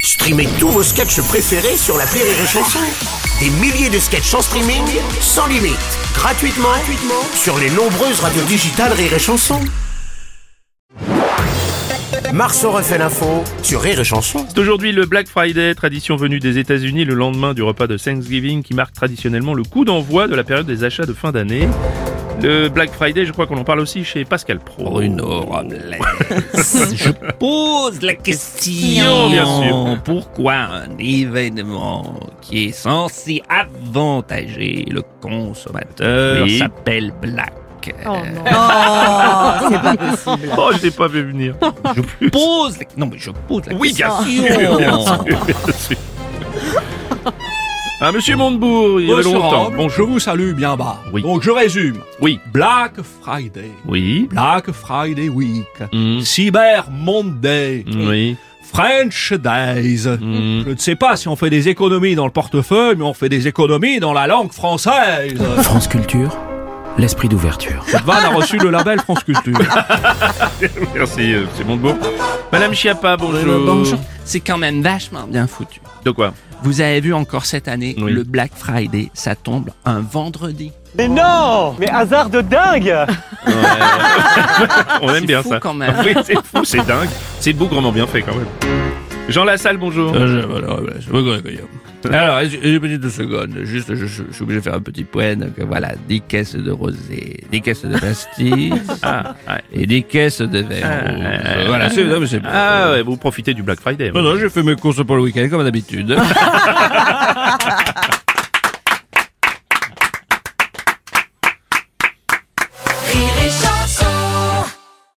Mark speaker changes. Speaker 1: Streamez tous vos sketchs préférés sur la Rire et Chanson. Des milliers de sketchs en streaming, sans limite, gratuitement, gratuitement sur les nombreuses radios digitales Rire et Chanson. Marceau refait l'info sur Rire et Chanson.
Speaker 2: C'est aujourd'hui le Black Friday, tradition venue des États-Unis le lendemain du repas de Thanksgiving qui marque traditionnellement le coup d'envoi de la période des achats de fin d'année. Le Black Friday, je crois qu'on en parle aussi chez Pascal Pro.
Speaker 3: Oh, Bruno Robles, je pose la question.
Speaker 2: Non, bien sûr.
Speaker 3: Pourquoi un événement qui est censé avantager le consommateur
Speaker 2: Oui.
Speaker 3: s'appelle Black
Speaker 2: Oh, je t'ai pas vu venir.
Speaker 3: Je pose la... Non, mais je pose la
Speaker 2: Oui, bien
Speaker 3: question.
Speaker 2: sûr, bien sûr, bien sûr. Ah, monsieur Montebourg, il y avait
Speaker 4: Monsieur
Speaker 2: longtemps.
Speaker 4: Rob, je vous salue bien bas.
Speaker 2: Oui.
Speaker 4: Donc je résume.
Speaker 2: Oui.
Speaker 4: Black Friday.
Speaker 2: Oui.
Speaker 4: Black Friday Week.
Speaker 2: Mm.
Speaker 4: Cyber Monday.
Speaker 2: Oui.
Speaker 4: French Days.
Speaker 2: Mm.
Speaker 4: Je ne sais pas si on fait des économies dans le portefeuille, mais on fait des économies dans la langue française.
Speaker 5: France Culture, l'esprit d'ouverture.
Speaker 4: Cette vanne a reçu le label France Culture.
Speaker 2: Merci, euh, monsieur Montebourg. Madame Chiappa, bonjour.
Speaker 3: Bonjour. C'est quand même vachement bien foutu.
Speaker 2: De quoi
Speaker 3: Vous avez vu encore cette année,
Speaker 2: Oui.
Speaker 3: le Black Friday, ça tombe un vendredi.
Speaker 6: Mais non Mais hasard de dingue
Speaker 2: On aime
Speaker 3: Ah, C'est
Speaker 2: bien
Speaker 3: fou
Speaker 2: ça.
Speaker 3: quand même.
Speaker 2: Oui, c'est fou, c'est dingue. C'est bougrement bien fait quand même. Jean Lassalle, bonjour.
Speaker 3: Euh, Alors, une petite seconde, juste, je, je- je suis obligé de faire un petit point. Donc, euh, voilà, 10 caisses de rosé, 10 caisses de pastis
Speaker 2: Ah, ouais.
Speaker 3: et 10 caisses de vin
Speaker 2: Ah,
Speaker 3: rouge.
Speaker 2: ouais.
Speaker 3: Euh, Voilà, c'est non, mais c'est
Speaker 2: Ah ouais, vous profitez du Black Friday.
Speaker 3: Non, non, j'ai fait mes courses pour le week-end comme d'habitude.